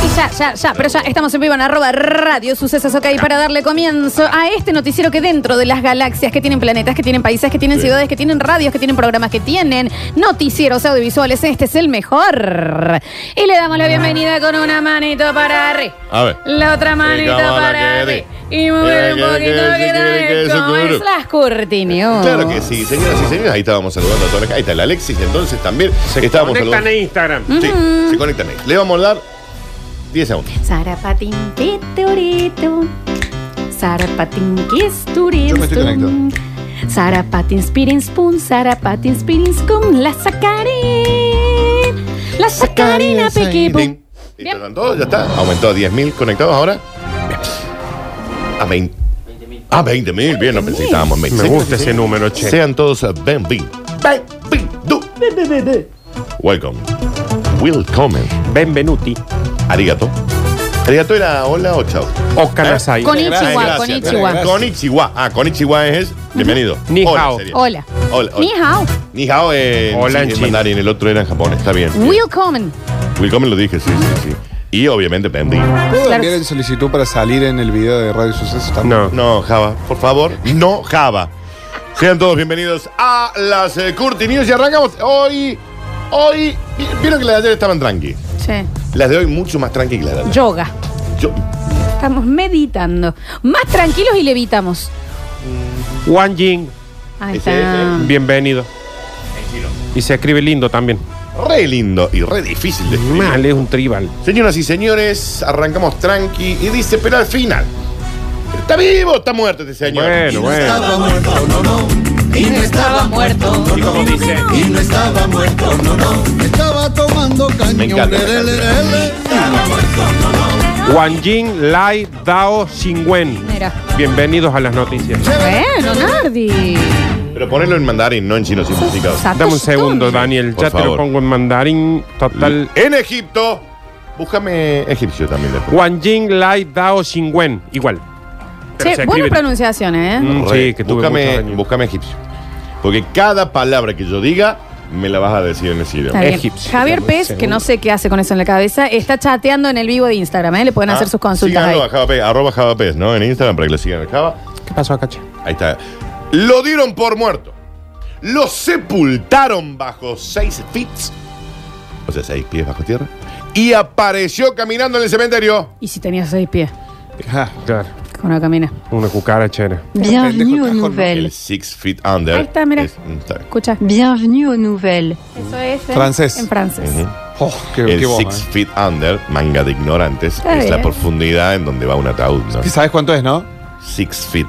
Y ya, ya, ya, pero ya estamos en vivo en arroba radio sucesos, ok, para darle comienzo a este noticiero que dentro de las galaxias, que tienen planetas, que tienen países, que tienen ciudades, que tienen radios, que tienen programas, que tienen noticieros audiovisuales, este es el mejor. Y le damos la bienvenida con una manito para arriba. Mm. A ver. La otra manito cómo la para querés. arriba. Y mover un Mira, que- poquito que- que que- que- tal, eso, como es seguro. las Curti News. Claro que sí, señoras y señores. Ahí estábamos saludando a toda la Ahí está el Alexis, entonces también. Se estábamos conectan saludando. a Instagram. Sí, se conectan ahí. Le vamos a dar 10 segundos. Zarapatín, quiturito. Zarapatín, quisturistum. Yo me estoy conectando. Zarapatín, spirinspun, zarapatín, spirinscum, la sacarín. La sacarina pequipum. Listo, están todos, ya está. Aumentó a 10.000 conectados ahora. Bien. A 20. A 20.000, bien, no pensé que estábamos en 20. Me gusta ese número, che. Sean todos a Benvi. Benvidu. Welcome. Welcome. Benvenuti. Arigato. Arigato era hola o chao. Ah, O Kanasai. Con Ichiwa, Gracias, con gracias. Ichiwa. Con Ichiwa. Ah, con Ichiwa es bienvenido. Ni Hola hao. sería. Hola. Hola, hola. Ni hao. Ni hao en, Hola, sí, en en chino. mandarín, el otro era en Japón, está bien. Willkommen. Willkommen lo dije, sí, sí, sí. Y obviamente Bendy. ¿Puedo Claro. enviar el solicitud para salir en el video de Radio Suceso también? No. No, Java, por favor, no Java. Sean todos bienvenidos a las eh, Curti News y arrancamos hoy. Hoy, vi- vieron que las de ayer estaban tranqui. Che, Las de hoy mucho más tranqui que las de ayer. yoga. Yo- Estamos meditando. Más tranquilos y levitamos. Wang Jing, Ahí Ese está. bienvenido. Y se escribe lindo también. re lindo y re difícil de escribir. Mal, es un tribal. Señoras y señores, arrancamos tranqui y dice, pero al final. ¿Está vivo o está muerto este señor? Bueno, bueno. Estaba muerto. Y como dice, Estaba tomando cañón. Me encanta. Le, le, le, le. Wang Jing Lai Dao Xingwen. Mira. Bienvenidos a las noticias. Bueno, Nardi. Pero ponerlo en mandarín, no en chino simplificado. Dame un segundo, Daniel. Por Ya te lo favor. pongo en mandarín total. En Egipto. Búscame egipcio también después. Wang Jing Lai Dao Xingwen. Igual. Pero se Che, buena escribe- pronunciación, ¿eh? Mm, Re, sí, que tuve muchos búscame, años. búscame egipcio. Porque cada palabra que yo diga, me la vas a decir en Está ese idioma. bien. Egipcio. Javier Pez, que no sé qué hace con eso en la cabeza, está chateando en el vivo de Instagram, ¿eh? Le pueden hacer sus consultas Ah, Síganlo ahí. a Javapes, arroba Javapes, ¿no? En Instagram para que lo sigan en Java. ¿Qué pasó acá, che? Ahí está. Lo dieron por muerto. Lo sepultaron bajo seis feet. O sea, seis pies bajo tierra. Y apareció caminando en el cementerio. Y si tenía seis pies, Ah, Claro, con una camina. una cucaracha era. Bienvenue Bienvenue aux aux El nouvelles. six feet under. Ahí está, mira. Es- está bien. Escucha. Bienvenue aux nouvelles. Eso es. en- Francés. En francés. Ujú. oh, qué, El qué bomba, Six eh. Feet Under, manga de ignorantes, Está es bien. la profundidad en donde va un ataúd, ¿no? ¿Y ¿Sabes cuánto es, no? Six Feet.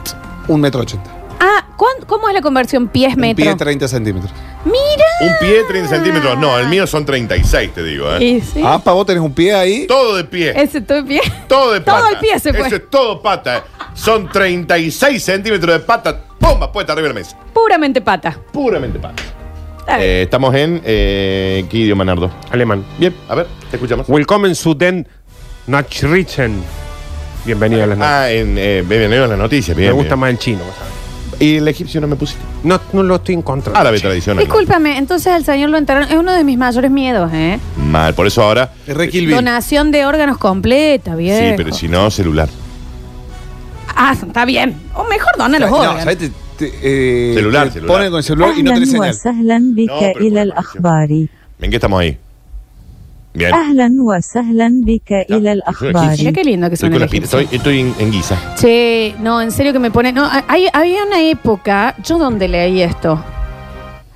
Un metro ochenta. Ah, ¿cuán- ¿cómo es la conversión Un pies-metro? pie 30 centímetros. ¡Mira! Un pie, 30 centímetros. No, el mío son 36, te digo, ¿eh? Ah. Y sí, Ah, pa, vos tenés un pie ahí. Todo de pie. ese tu pie. todo de todo pata. el pie se fue. Eso es todo pata. ¿eh? Son 36 centímetros de pata. Bomba puesta arriba de la mesa. Puramente pata. Puramente pata. Está bien. Eh, estamos en. Eh, ¿Qué idioma, Nardo? Alemán. Bien, a ver, te escuchamos. Willkommen zu den Nachrichten. Bienvenido a las noticias. Ah, en. Eh, bienvenido a las noticias. Bien, Me gusta bien. más el chino, vos sabés. Y el egipcio no me pusiste. No, no lo estoy encontrando. Árabe tradicional. Discúlpame, entonces al señor lo entraron. Es uno de mis mayores miedos, ¿eh? Mal, por eso ahora. Es Re Kill Bill. Donación de órganos completa, bien. Sí, pero si no, celular. Ah, está bien. O mejor dona los No, órganos. ¿sabes? Te, te- eh, Celular, te celular. Ponen con el celular y no tenés أهلا señal. وسهلا No, بك pero إلى bueno, الأخبار ¿En qué estamos ahí? Bien. Ah, أهلا وسهلا بك إلى الأخبار Mira qué lindo que Estoy, son con el la pita, egipcio. estoy, estoy en, en guisa. Che, no, en serio que me pone. No, hay- había una época, yo donde leí esto,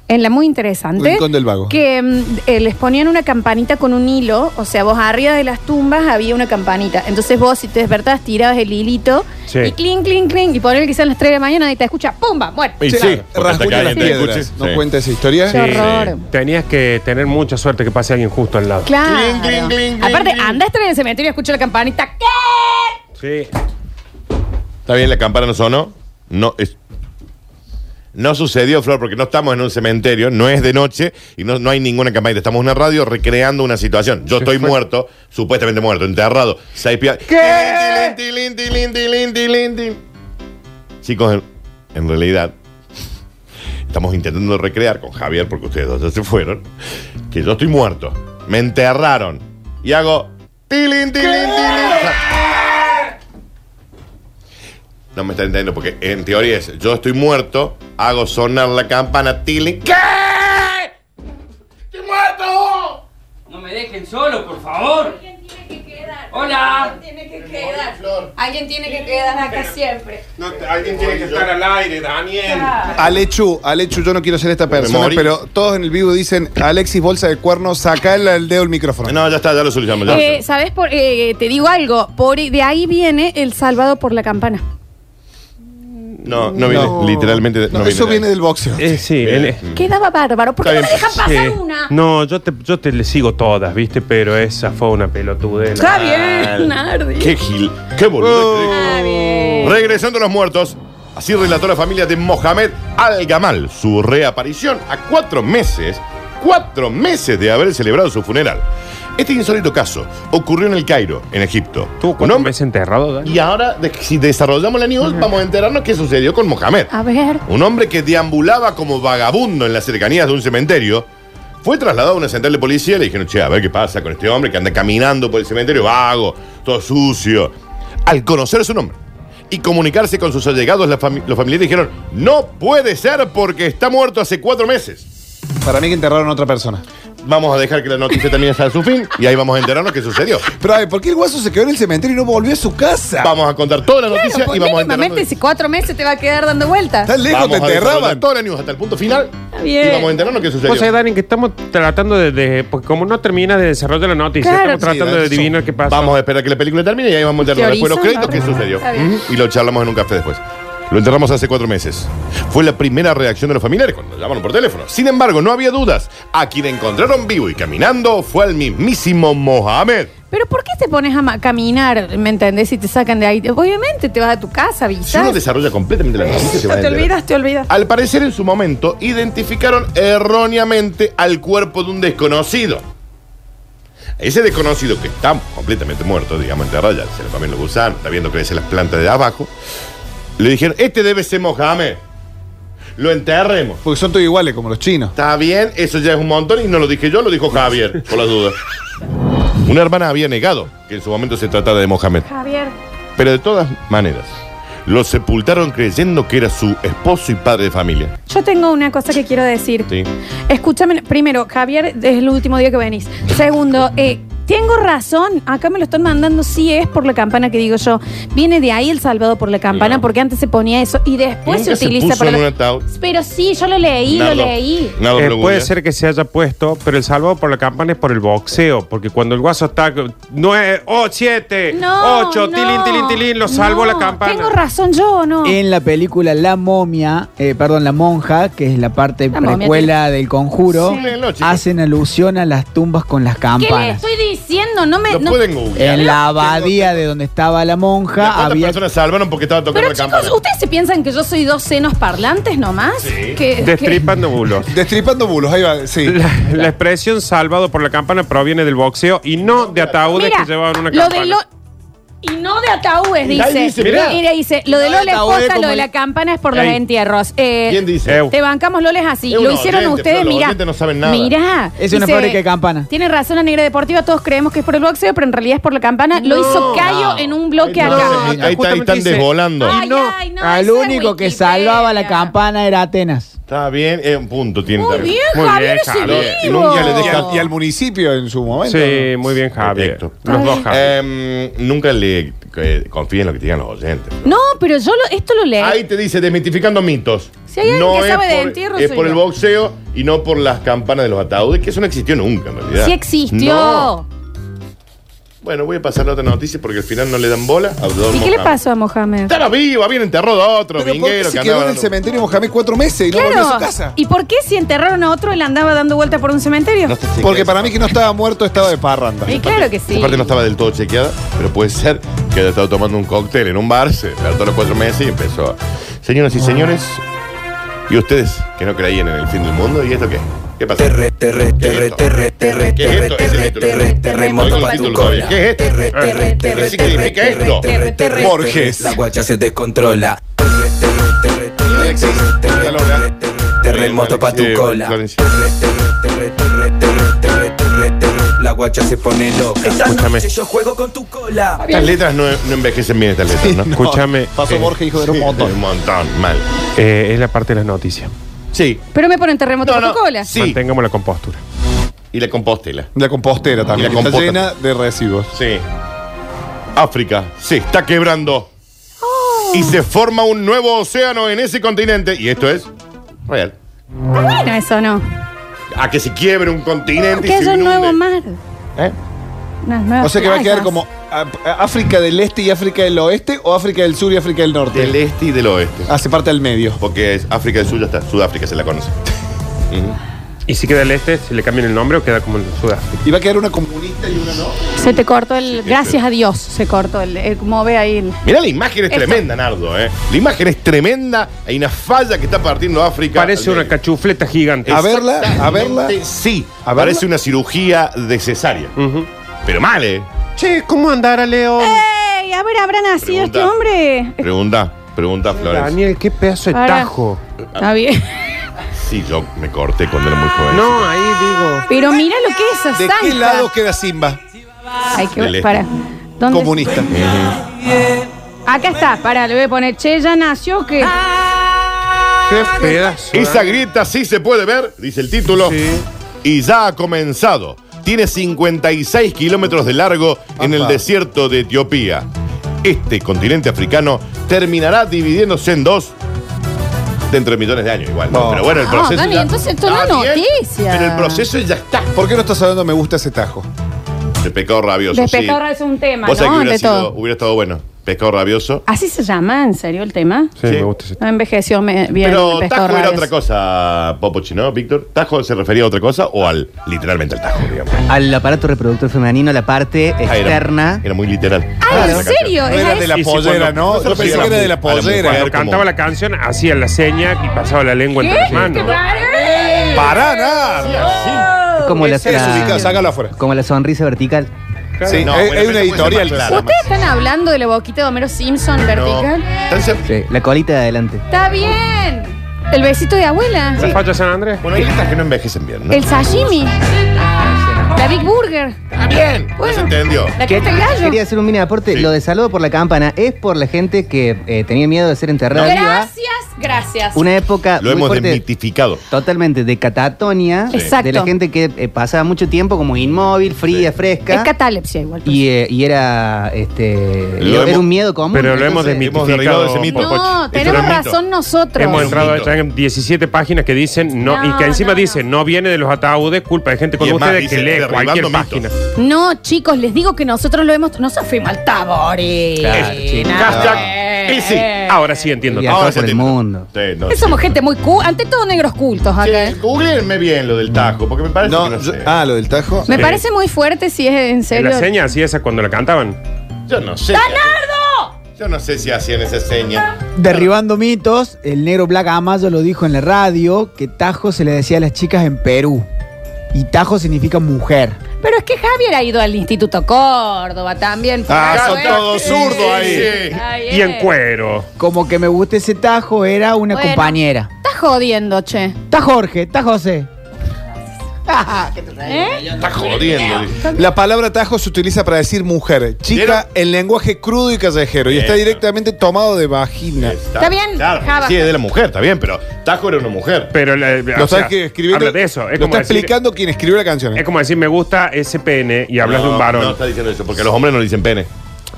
en la muy interesante. Rincón del Vago. Que mm, eh, les ponían una campanita con un hilo, o sea, vos arriba de las tumbas había una campanita. Entonces vos, si te despertabas, tirabas el hilito Sí. y cling, cling, cling, y poner quizás a las 3 de la mañana y te escucha, ¡pumba! Muerto. Y Che, sí, porque hasta que rasguña las alguien te escuche. piedras. ¿No Sí. cuenta esa historia? Qué horror. Tenías que tener mucha suerte que pase alguien justo al lado. Claro. Cling, cling, cling, cling, Aparte, cling. andás en el cementerio y escuchas la campanita. ¿Qué? Sí. Está bien, la campana no sonó. No, es, no sucedió, Flor, porque no estamos en un cementerio, no es de noche y no, no hay ninguna campanita. Estamos en una radio recreando una situación. Yo estoy muerto, supuestamente muerto, enterrado. Seis pia- ¿Qué? Tilín, tilín, tilín, tilín, tilín, tilín. Chicos, en, en realidad, estamos intentando recrear con Javier, porque ustedes dos ya se fueron, que yo estoy muerto. Me enterraron. Y hago. Tilín, tilín, tilín. No me está entendiendo, porque en teoría es, yo estoy muerto, hago sonar la campana, tiling. ¿Qué? ¡Estoy muerto! No me dejen solo, por favor. tiene que quedar. Hola. Alguien tiene que quedar. Alguien tiene que quedar acá siempre. alguien tiene que estar al aire, Daniel. Alechu, Alechu, yo no quiero ser esta persona, morí. pero todos en el vivo dicen, Alexis, bolsa de cuerno, saca el, el dedo del micrófono. No, ya está, ya lo solucionamos. ya lo Eh, solucionamos. ¿Sabes por eh, Te digo algo. Por, de ahí viene el salvado por la campana. no, no viene, literalmente. No, No, viene eso de ahí. viene del boxeo. Eh, sí, Bien. él- Quedaba bárbaro. ¿Por qué no Está me dejan pasar sí. una? No, yo te, yo te le sigo todas, ¿viste? Pero esa fue una pelotudela. Está bien, Nardi. Mm. Qué gil. Qué Ah, boludo. este Está Ah, bien. Regresando a los muertos. Así relató la familia de Mohamed Al-Gamal su reaparición a cuatro meses, cuatro meses de haber celebrado su funeral. Este insólito caso ocurrió en el Cairo, en Egipto. ¿Tú Un cuántos hombre- meses enterrado, Dani? Y ahora, de- si desarrollamos la news, vamos a enterarnos qué sucedió con Mohamed. A ver. Un hombre que deambulaba como vagabundo en las cercanías de un cementerio fue trasladado a una central de policía y le dijeron, che, a ver qué pasa con este hombre que anda caminando por el cementerio vago, todo sucio. Al conocer su nombre y comunicarse con sus allegados, la fami- los familiares dijeron, no puede ser porque está muerto hace cuatro meses. Para mí que enterraron a otra persona. Vamos a dejar que la noticia termine hasta su fin y ahí vamos a enterarnos qué sucedió. Pero a ver, ¿por qué el guaso se quedó en el cementerio y no volvió a su casa? Vamos a contar toda la noticia Claro, y vamos a enterarnos. mínimamente, si cuatro meses te va a quedar dando vueltas. Tan lejos Vamos te a desarrollar enterraban. toda la news hasta el punto final bien. y vamos a enterarnos qué Vos sabés, sucedió. Dani, que estamos tratando de, de- Porque como no terminas de desarrollar la noticia, Claro. estamos tratando Sí, de eso. adivinar qué pasa. Vamos a esperar que la película termine y ahí vamos a enterrar después los Teorizan, créditos qué ¿verdad? sucedió. Está bien. Ujú, Y lo charlamos en un café después. Lo enterramos hace cuatro meses. Fue la primera reacción de los familiares cuando lo llamaron por teléfono. Sin embargo, no había dudas. A quien encontraron vivo y caminando fue al mismísimo Mohamed. Pero ¿por qué te pones a ma- caminar, me entendés, si te sacan de ahí? Obviamente te vas a tu casa, Si uno avisas. desarrolla completamente la noticia, se va a te enterar. olvidas, te olvidas. Al parecer, en su momento, identificaron erróneamente al cuerpo de un desconocido. Ese desconocido que está completamente muerto, digamos, enterrado, ya se le también los gusanos, está viendo crecer las plantas de abajo. Le dijeron, este debe ser Mohamed. Lo enterremos. Porque son todos iguales, como los chinos. Está bien, eso ya es un montón y no lo dije yo, lo dijo Javier, por las dudas. Una hermana había negado que en su momento se tratara de Mohamed. Javier. Pero de todas maneras, lo sepultaron creyendo que era su esposo y padre de familia. Yo tengo una cosa que quiero decir. Sí. Escúchame, primero, Javier, es el último día que venís. Segundo, eh, tengo razón, acá me lo están mandando, sí es por la campana que digo yo. Viene de ahí el salvado por la campana, Claro. porque antes se ponía eso y después Nunca se se utiliza puso para... en la- un ataúd. Pero sí, yo lo leí, lo Nardo. leí. Nardo, Eh, pero puede Julia. ser que se haya puesto, pero el salvado por la campana es por el boxeo, porque cuando el guaso está 9, 7, No, no, 8, Eh, tilín, tilín, tilín, lo salvo no. la campana. Tengo razón yo, ¿o ¿no? En la película La momia, eh, perdón, La monja, que es la parte La momia precuela del conjuro, Sí, léelo, chicos. hacen alusión a las tumbas con las ¿Qué le campanas. estoy diciendo? No me... Lo no- pueden googlear. En la abadía de donde estaba la monja ¿Cuántas había personas salvaron porque estaba tocando Pero la chicos, campana? ¿ustedes se piensan que yo soy dos senos parlantes nomás? Sí. Que, que- Destripando bulos. Destripando bulos, ahí va, sí. La, la expresión salvado por la campana proviene del boxeo y no de ataúdes Mira, que llevaban una lo campana. de lo y no de ataúdes, Mira, ahí dice. dice, mirá. Mira, dice, lo de No de Lola ataúdes Esposa, lo como de la el- campana es por los Ey. entierros. Eh, ¿Quién dice? Eu. Te bancamos, Lola, es así. Es lo un hicieron oyente, ustedes, Flor, los mira. oyentes no saben nada. Mirá. Es una Dice, fábrica de campana. Tiene razón la negra deportiva, todos creemos que es por el boxeo, pero en realidad es por la campana. lo hizo Cayo en un bloque Ahí acá. está, ahí está, ahí Justamente están dice- desvolando. Ay, no, ay, no, al eso es único que Wikipedia. salvaba la campana era Atenas. Está bien, es un punto tiene Muy también. bien, Muy Javier, bien, es un Javier. vivo. Nunca le Y, deja- al, y al municipio en su momento. Sí, muy bien, Javier. Perfecto. Los dos, Javier. Em, nunca le eh, confíe en lo que te digan los oyentes. No, pero yo lo- esto lo leí. Ahí te dice desmitificando mitos. Si hay alguien que sabe de por, entierro, es soy por el yo. boxeo y no por las campanas de los ataúdes, que eso no existió nunca en realidad. Sí existió. No. Bueno, voy a pasar a otra noticia porque al final no le dan bola. a Abdul ¿Y qué le Mohamed. pasó a Mohamed? Estaba vivo, habían enterrado a otro Pero ¿por qué vinguero se que quedó andaba. en el cementerio Mohamed cuatro meses y no volvió a su casa? ¿Y por qué si enterraron a otro él andaba dando vuelta por un cementerio? No sé si- Porque para mí que no estaba muerto estaba de parranda. y claro que sí. Aparte no estaba del todo chequeada, pero puede ser que haya estado tomando un cóctel en un bar, se levantó a los cuatro meses y empezó. Señoras y Ah. señores, y ustedes que no creían en el fin del mundo, ¿y esto qué? ¿Qué pasa? Terre, terre, terre, terre, terre, ¿Qué es esto? terre, terre, terre, terremoto Oigo el pa' tu título cola. todavía. ¿Qué es esto? Ah, Terre, terre, ¿Qué terre, significa terre, esto? terre, terre, Borges. terre, La guacha se descontrola. Terre, terre, terre, terre, Alexis, terre, ya logra. terre, terre, Terremoto pa' tu Eh, cola. Florencia. Terre, terre, terre, terre, terre, terre, terre, La guacha se pone loca. Esta Escúchame. noche yo juego con tu cola. Las letras no, no envejecen bien estas letras, ¿no? Escúchame. Pasó eh, Borges, hijo de un Sí, montón. Un montón, mal. eh, es la parte de las noticias. Sí. Pero me ponen terremoto No, por no, tu cola. sí. Mantengamos la compostura. Y la compostela. La compostera también. Y la que está compota. llena de residuos. Sí. África se está quebrando. Oh. Y se forma un nuevo océano en ese continente. Y esto es real. Bueno, eso no. A que se quiebre un continente. Que y se haya un inunde. nuevo mar. ¿Eh? Unas nuevas O sea que va a quedar playas. como ah, ah, África del Este y África del Oeste o África del Sur y África del Norte. Del este y del oeste. Hace parte del medio. Porque es África del Sur ya está. Sudáfrica se la conoce. Y si queda el este, si le cambian el nombre o queda como en Sudáfrica. Y va a quedar una comunista y una no. Se te cortó el. Gracias a Dios se cortó el. eh, como ve ahí. el- Mirá, la imagen es Esto. tremenda, Nardo. ¿eh? La imagen es tremenda. Hay una falla que está partiendo África. Parece al una medio. cachufleta gigante. A verla, a verla. Exactamente, Sí. A verla. Parece una cirugía de cesárea. Ujú. Pero mal, ¿eh? Che, ¿cómo andará León? ¡Ey! A ver, ¿habrá nacido Pregunta. este hombre? Pregunta, pregunta, Flores. Daniel, qué pedazo de Ahora. tajo. Está bien. Sí, yo me corté cuando era muy joven. No, ahí digo. Pero mira lo que es esa ¿De qué zanja. lado queda Simba? Hay que Del ver. este. Para. ¿Dónde Comunista. Acá está, para, le voy a poner, che, ya nació que. Qué pedazo. Esa grieta sí se puede ver, dice el título. Sí. Y ya ha comenzado. Tiene 56 kilómetros de largo en el Apa. desierto de Etiopía. Este continente africano terminará dividiéndose en dos dentro de millones de años igual. ¿no? No. Pero bueno, el No, proceso Ah, Dani, ya- entonces esto no Está es bien, noticia. Pero el proceso ya está. ¿Por qué no estás hablando me gusta ese tajo? De pescado rabioso, sí. Despector es un tema, Vos sabés que ¿no? hubiera, De sido- todo. hubiera estado bueno. Pescado rabioso. Así se llama, en serio, el tema. Sí, me gusta ese No envejeció me- bien. Pero el pescado Tajo era rabioso. otra cosa, Popochi, ¿no, Víctor? ¿Tajo se refería a otra cosa o al literalmente al Tajo, digamos? Al aparato reproductor femenino, la parte Ah, era- externa. Era muy literal. Ah, Esa ¿en canción. serio? No ¿Es era a de la Y si pollera, cuando- ¿no? Yo Nosotros pensé sí que era éramos de la muy- pollera. éramos Cuando ver cómo- cantaba la canción, hacía la seña y pasaba la lengua entre las manos. ¡Qué ¡Para nada! Como la, Ese desubicado, sácalo afuera. como la sonrisa vertical. Sí, No, hay, bueno, hay pero una esa editorial. puede ser más que clara. ¿Ustedes están hablando de la boquita de Homero Simpson No. vertical? Tan cer- Sí, la colita de adelante. ¡Está bien! El besito de abuela. ¿La falla San Andrés? Bueno, hay listas que no envejecen bien, ¿no? El sashimi. La Big Burger. Está bien. No Bueno. se entendió. La que está el gallo. Quería hacer un mini aporte. Sí. Lo de saludo por la campana es por la gente que eh, tenía miedo de ser enterrada viva. Gracias, gracias. Una época Lo Ah, muy hemos fuerte, desmitificado. totalmente de catatonia. Sí. Exacto. De la gente que eh, pasaba mucho tiempo como inmóvil, fría, fresca. Es catalepsia igual. pues. y, eh, y era este Lo era hemos- un miedo común. Pero lo hemos Entonces, hemos derribado desmitificado. ese mito. Popochi. no, Esto era tenemos un mito. razón nosotros. Hemos Es un entrado mito. ya en 17 páginas que dicen no, No, y que encima no, no. dice no viene de los ataúdes, culpa de Y gente como es más, ustedes dice, que lee derribando cualquier mitos. página. No, chicos, les digo que nosotros lo hemos. Nosotros fuimos al Tabori. Claro, chicos. Hashtag Eh, y sí. Ahora sí entiendo. Y todo. acá Ahora por se el entiende. mundo. Sí, no, Somos sí. gente muy cu, ante todo negros cultos acá. Che, ¿eh? googleenme bien lo del Tajo, porque me parece No, que no yo- sé. ah, lo del tajo. Me Sí. parece muy fuerte si es en En serio. la seña así esa cuando la cantaban. Yo no sé. Yo no sé si hacían esa seña. Ah. Derribando mitos, el negro Black Amaya lo dijo en la radio que Tajo se le decía a las chicas en Perú. Y Tajo significa mujer. Pero es que Javier ha ido al Instituto Córdoba también. ¿eh? fue Ah, una son suerte. todos zurdos ahí. Sí. Está bien. Y en cuero. Como que me gusta ese Tajo, era una Bueno. compañera. Estás jodiendo, che. Está Jorge, está José. ¿Eh? Está jodiendo. dice. La palabra tajo se utiliza para decir mujer, chica, ¿Vieron? en lenguaje crudo y callejero, y está Eso. directamente tomado de vagina. Está bien, Claro, porque Java. sí, es de la mujer, está bien, pero Tajo era una mujer. Pero la, Lo o está sea, que- escribiendo. habla de eso. Es como, lo está decir, explicando quien escribió la canción. ¿eh? es como decir me gusta ese pene y hablas no, de un varón. No está diciendo eso, porque los hombres no le dicen pene.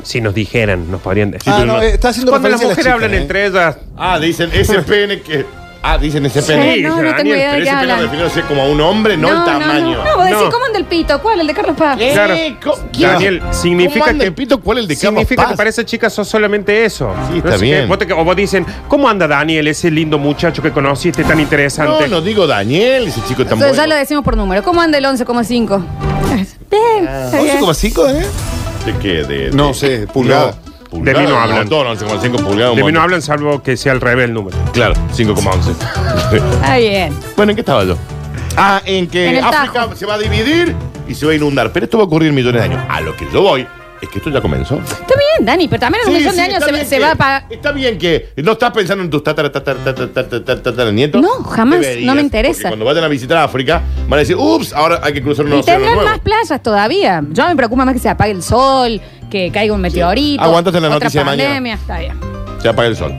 Si nos dijeran, nos podrían decir. ah, Pero no, no- eh, está haciendo Cuando las referencia a mujeres la chica, hablan eh. entre ellas, Ah, dicen ese pene que. Ah, dicen ese Sí, pene. no, no tengo idea de qué pero ese pene hablan. lo definió así como un hombre, no, el tamaño. No, no. vos decís, ¿cómo anda el pito? ¿Cuál? ¿El de Carlos Paz? ¿Qué? Claro. Co- ¿Quién? Daniel, significa ¿Cómo anda que. el pito? ¿Cuál es el de Carlos significa Paz? que para esa chica sos solamente eso. Sí, está sé bien. qué, vos te- o vos dicen, ¿cómo anda Daniel, ese lindo muchacho que conociste tan interesante? No, no digo Daniel, ese chico tan O sea, bueno. ya lo decimos por número. ¿Cómo anda el 11,5? Bien. está bien. 11,5, ¿eh? ¿De qué? De, No de- sé, pulgada. No, pulgada, De mí no un hablan. montón, 11,5 pulgadas. un De mí no montón. hablan salvo que sea al revés el número. Claro, 5,11. Está bien. bueno, ¿en qué estaba yo? Ah, en En que el África Tajo. se va a dividir y se va a inundar. Pero esto va a ocurrir millones de años. A lo que yo voy es que esto ya comenzó. Está bien, Dani, pero también en un Sí, millón sí, de años está se, bien se que- va a pagar. Está bien que no estás pensando en tus tatara, tatara, tatara, tatara, tatara, tatara, nietos. No, jamás, no me interesa. porque Cuando vayan a visitar África, van a decir, ups, ahora hay que cruzar un Y océano tendrán nuevo. más playas todavía. Yo me preocupa más que se apague el sol, que caiga un meteorito. Aguántate la otra noticia de mañana. pandemia. Está bien. Se apaga el sol.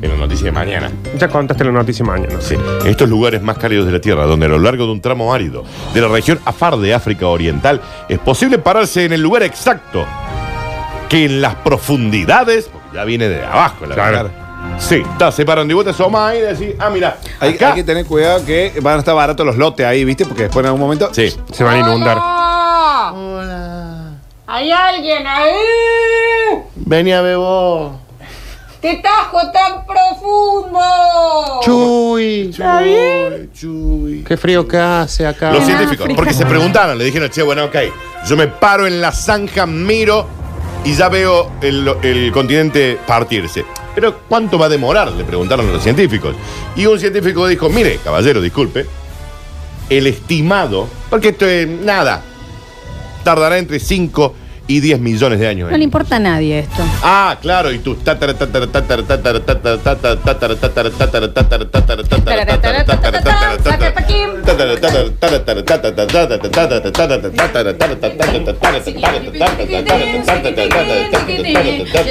En la noticia de mañana. Ya contaste la noticia mañana. Sí. Estos lugares más cálidos de la Tierra, donde a lo largo de un tramo árido de la región Afar de África Oriental, es posible pararse en el lugar exacto que en las profundidades, porque ya viene de abajo, la Claro. verdad. Sí, está, se paran de vuelta, asoma ahí y decís, ah, mira, Hay, acá. hay que tener cuidado que van a estar baratos los lotes ahí, ¿viste? Porque después en algún momento. Sí. Se van a inundar. ¿Hay alguien ahí? Vení a bebo. ¡Qué tajo tan profundo! Chuy. Chuy. Chuy. Qué frío que hace acá. Los En científicos, África. porque se preguntaron, le dijeron, che, bueno, ok, yo me paro en la zanja, miro y ya veo el, el continente partirse. Pero ¿cuánto va a demorar? Le preguntaron a los científicos. Y un científico dijo, mire, caballero, disculpe, el estimado, porque esto es nada, tardará entre 5 y 10 millones de años. No le importa a nadie esto. Ah, claro, y tus tatara tatara tatara tatara tatara tatara tatara tatara tatara tatara tatara tatara tatara tatara tatara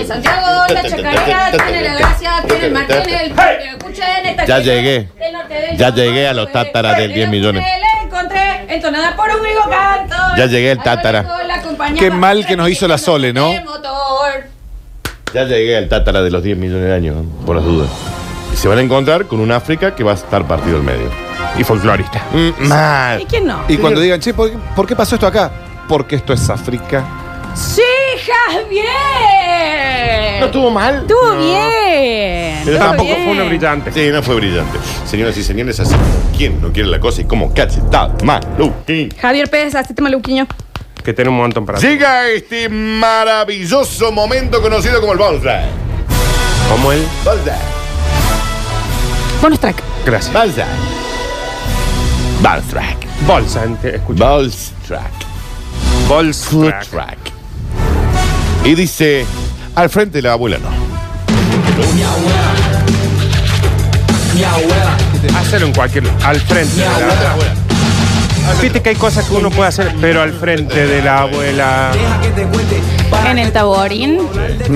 Santiago, la chacarera, tiene la gracia, tiene el martín, el escuchen esta Ya chica llegué. del norte del Ya Yopal, llegué a los fue- tátaras del 10 millones. Le encontré entonada por un vivo canto. Ya llegué al tátara. Algo la acompañaba Qué mal que nos hizo la Sole, ¿no? de motor. Ya llegué al tátara de los 10 millones de años, por las dudas. Y se van a encontrar con un África que va a estar partido al medio. Y folclorista. ¿Y Mal. quién no? Y cuando digan, che, ¿por, qué- por qué pasó esto acá? Porque esto es África. ¡Sí, Javier! ¿No estuvo mal? Estuvo bien. Pero estuvo Tampoco bien. fue uno brillante. Sí, no fue brillante. Señoras y señores, así quién no quiere la cosa y cómo cachetada maluquín. Javier Pérez, hacete maluquiño. Que tiene un montón para ti. Llega este maravilloso momento conocido como el bonsai. Como él. Bonsai, Bonus track. Gracias. bonsai. Balls track. Bolsa, ente- escucha. Balls track. Food Bolsa. track. Y dice, al frente de la abuela no. Hacerlo en cualquier. Al frente. de la- Viste que hay cosas que uno puede hacer, pero al frente de la abuela. En el Taborín.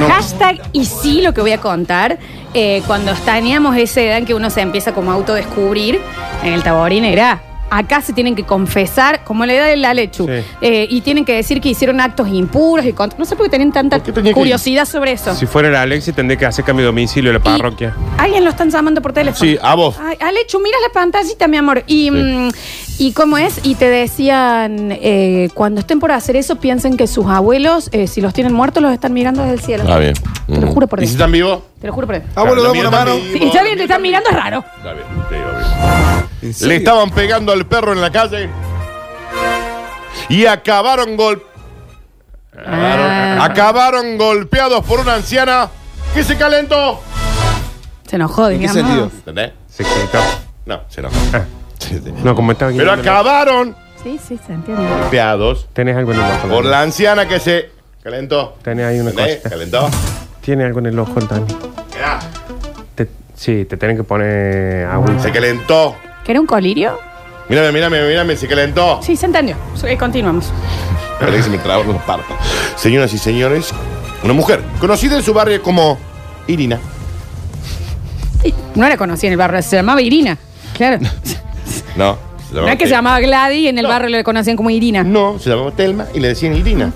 Hashtag y sí lo que voy a contar. eh, cuando teníamos esa edad en que uno se empieza como a autodescubrir, en el Taborín era. Acá se tienen que confesar, como la edad de la lechu, Sí. eh, y tienen que decir que hicieron actos impuros y cont- No sé por qué tenían tanta ¿Por qué tenía que- curiosidad sobre eso. Si fuera la Alexi, tendría que hacer cambio de domicilio a la Y parroquia. Alguien lo están llamando por teléfono. Sí, a vos. Ay, Alechu, mira la pantallita, mi amor. Y, mm, ¿y cómo es? Y te decían, eh, cuando estén por hacer eso, piensen que sus abuelos, eh, si los tienen muertos, los están mirando desde el cielo. Está Ah, bien. Te lo juro por ¿Y si Dios. están vivos? Te lo juro por Dios. Abuelo, Claro, dame una también mano. están Sí, vivos. ya bien, te están mirando, es raro. Está bien, sí, obvio. ¿En serio? Le estaban pegando al perro en la calle y acabaron gol- Ah. Ah. acabaron golpeados por una anciana que se calentó. Se enojó, ¿En qué digamos. sentido? ¿Entendés? Se quitó. No, se no. Ah. No, como estaba Pero guiando- acabaron Sí, sí, se entiende. golpeados Tenés algo en el ojo. por Dani. la anciana que se calentó. Tenés ahí una ¿Entendés? cosita. Calentó. Tiene algo en el ojo, Dani. Ah, Te- sí, te tienen que poner agüita. Se calentó. ¿Que era un colirio? Mírame, mírame, mírame, se calentó. Sí, se entendió. Sí, continuamos. Parece que se me trabaron los partos. Señoras y señores, una mujer conocida en su barrio como Irina. Sí, No la conocí en el barrio, se llamaba Irina. Claro. No. No es que se llamaba Gladys y en el No. barrio le conocían como Irina. Ah, No, se llamaba Telma y le decían Irina.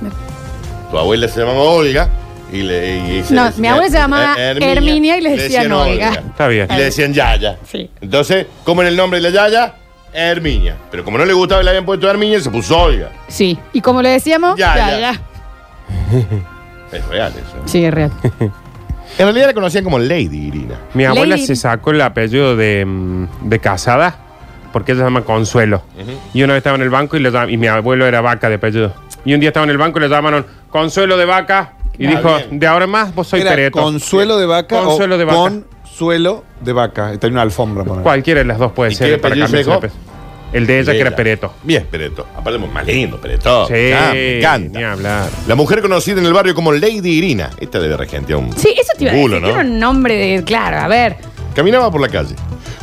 Tu abuela se llamaba Olga Y le, y se No, decía- mi abuela se llamaba Herminia y le decían Olga. Está bien. Y le decían Yaya. Entonces, ¿cómo era el nombre de la Yaya? Herminia. Pero como no le gustaba y le habían puesto Herminia, se puso Olga. Sí. ¿Y como le decíamos? Ya, ya. ya. ya. Es real eso. ¿eh? Sí, es real. En realidad la conocían como Lady Irina. Mi abuela Lady- se sacó el apellido de, mm, de casada porque ella se llama Consuelo. Y una vez estaba en el banco y, le llam- y mi abuelo era vaca de apellido. Y un día estaba en el banco y le llamaron Consuelo de vaca. Y Ah, dijo, bien. de ahora en más vos soy Era Pereto. Consuelo de vaca. Consuelo o de vaca. Consuelo de vaca. Está en una alfombra. poner. Cualquiera de las dos puede qué ser. para apellido cambiarse se el dejó? apellido. el de ella que era Pereto. Bien, Pereto. Aparte, más lindo, Pereto. Sí, Ah, me encanta. ni hablar. La mujer conocida en el barrio como Lady Irina. Esta debe regentear un Sí, eso te iba a culo, decir. Tiene ¿no? un nombre de. Claro, a ver. Caminaba por la calle,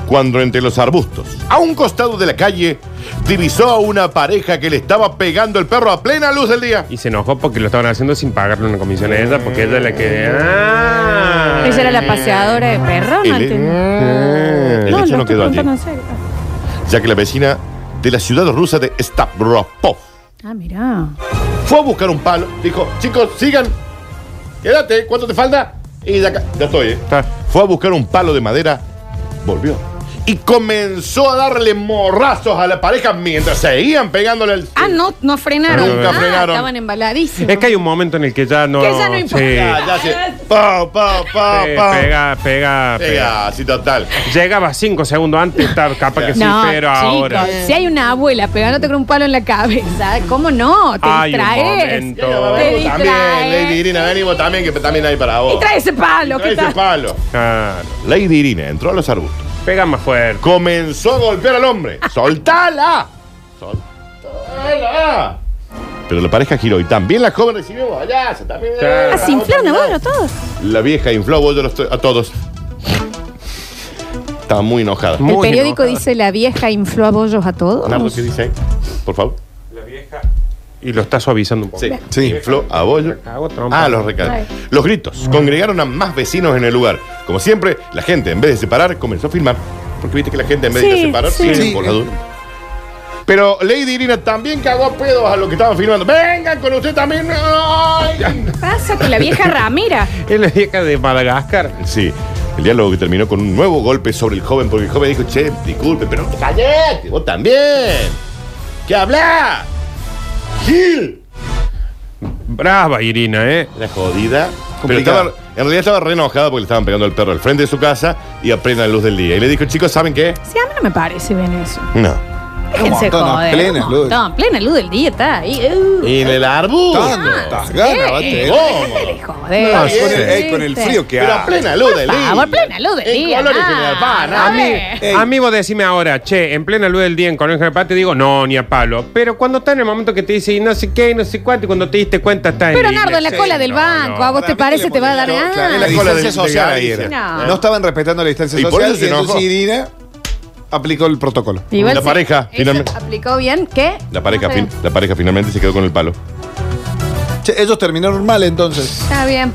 cuando entre los arbustos, a un costado de la calle, divisó a una pareja que le estaba pegando el perro a plena luz del día. Y se enojó porque lo estaban haciendo sin pagarle una comisión a ella porque ella es la que... Ah. Ella era la paseadora de perro, no El- entiendo. El No, hecho lo no estoy quedó allí, preguntando en serio. ya que la vecina de la ciudad rusa de Stavropol Ah, mirá. fue a buscar un palo, dijo, chicos, sigan, quédate, ¿cuánto te falta? Y ya, ca- ya estoy, ¿eh? Fue a buscar un palo de madera, volvió. Y comenzó a darle morrazos a la pareja mientras seguían pegándole el... Ah, no, no frenaron. Nunca Ah, frenaron. Estaban embaladísimos. Es que hay un momento en el que ya no... Que ya no sí. importa. Ya, ya Ah, se... ¡Pau, pau, pau, Eh, pau! Pega, pega, Pega, así total. Llegaba cinco segundos antes, está capaz que sí, no, pero chicos, ahora. si hay una abuela pegándote con un palo en la cabeza, ¿cómo no? Te Hay un distraes. momento. Te También, Lady distraes. Irina, venimos también, que también hay para vos. Y trae ese palo, ¿qué Trae ese tal? palo. Claro. Lady Irina entró a los arbustos. Pega más fuerte. Comenzó a golpear al hombre. ¡Soltala! ¡Soltala! Pero la pareja giró y también la joven recibió bollazo. También Ah, se inflaron a bueno todos. La vieja infló bollos a todos. Estaba muy enojada. El periódico dice la vieja infló a bollos a todos. Nardo, ¿qué dice ahí? Por favor. Y lo está suavizando un poco. Sí, infló a bollo. trompa. Ah, los recados. Los gritos congregaron a más vecinos en el lugar. Como siempre, la gente, en vez de separar, comenzó a filmar. Porque viste que la gente, en vez de Sí, ir a separar, sí. filma Sí. por la duda. Pero Lady Irina también cagó a pedos a los que estaban filmando. ¡Vengan con usted también! ¡Ay! Pasa con la vieja Ramira. Es la vieja de Madagascar. Sí, el diálogo que terminó con un nuevo golpe sobre el joven, porque el joven dijo, che, disculpe, pero callate, vos también. ¿Qué habla? ¡Gil! Brava Irina, ¿eh? La jodida. Pero Complicado. estaba, en realidad estaba re enojada porque le estaban pegando al perro al frente de su casa y a plena luz del día. Y le dijo, chicos, ¿saben qué? Sí, a mí no me parece bien eso. No. Déjense montón, a joder. plena un luz. montón, plena luz del día está ahí. Uh, Y en el Tanto, arbusto. Ah. estas ganas, eh, bate. déjate de joder. No, bien. con, el, eh, con el ¿Viste? frío que Pero a hace. plena luz del Por día. favor, plena luz del En día, colores ma. general, pa, A nada. mí- Eh. Ey. A mí vos decime ahora, che, en plena luz del día en Colón General te digo, no, ni a palo. Pero cuando está en el momento que te dice, y no sé qué, y no sé cuánto, y cuando te diste cuenta, está en. Pero línea. Nardo, en la Sí, cola del no, banco, no. a vos te parece te va a dar Claro, claro, nada. la Ah. Cola del- distancia social de ahí Galicia. era. No. No. estaban respetando la distancia Y por social eso se y entonces enojó. Irina aplicó el protocolo. Igual La sí. pareja, Eso finalmente. ¿Aplicó bien qué? La pareja, Está bien. fin- la pareja finalmente se quedó con el palo. Che, ellos terminaron mal entonces. Está bien.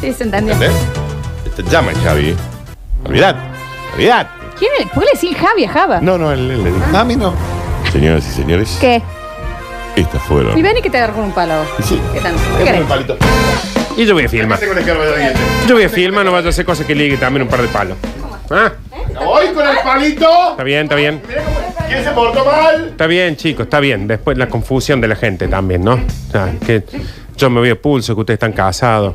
Sí, se entendió. ¿Entendés? Te llama Xavi. Olvidad. Olvidad. ¿Quién es? ¿Puedo decir Javi a Java? No, no, él, él le dijo. A mí no. Señoras y señores, ¿Qué? estas fueron. Y ven y que te agarro un palo. Sí. ¿Qué tanto? ¿Qué Déjame querés? el palito. Y yo voy a filmar. Este con el que va a dar diente. Yo voy a filmar, no vaya a hacer cosas que ligue también un par de palos. Ah, Voy con el palito. está bien, está bien. Mirá cómo- ¿Quién se portó mal? Está bien, chicos, está bien. Después la confusión de la gente también, ¿no? O sea, que yo me voy a pulso, que ustedes están casados.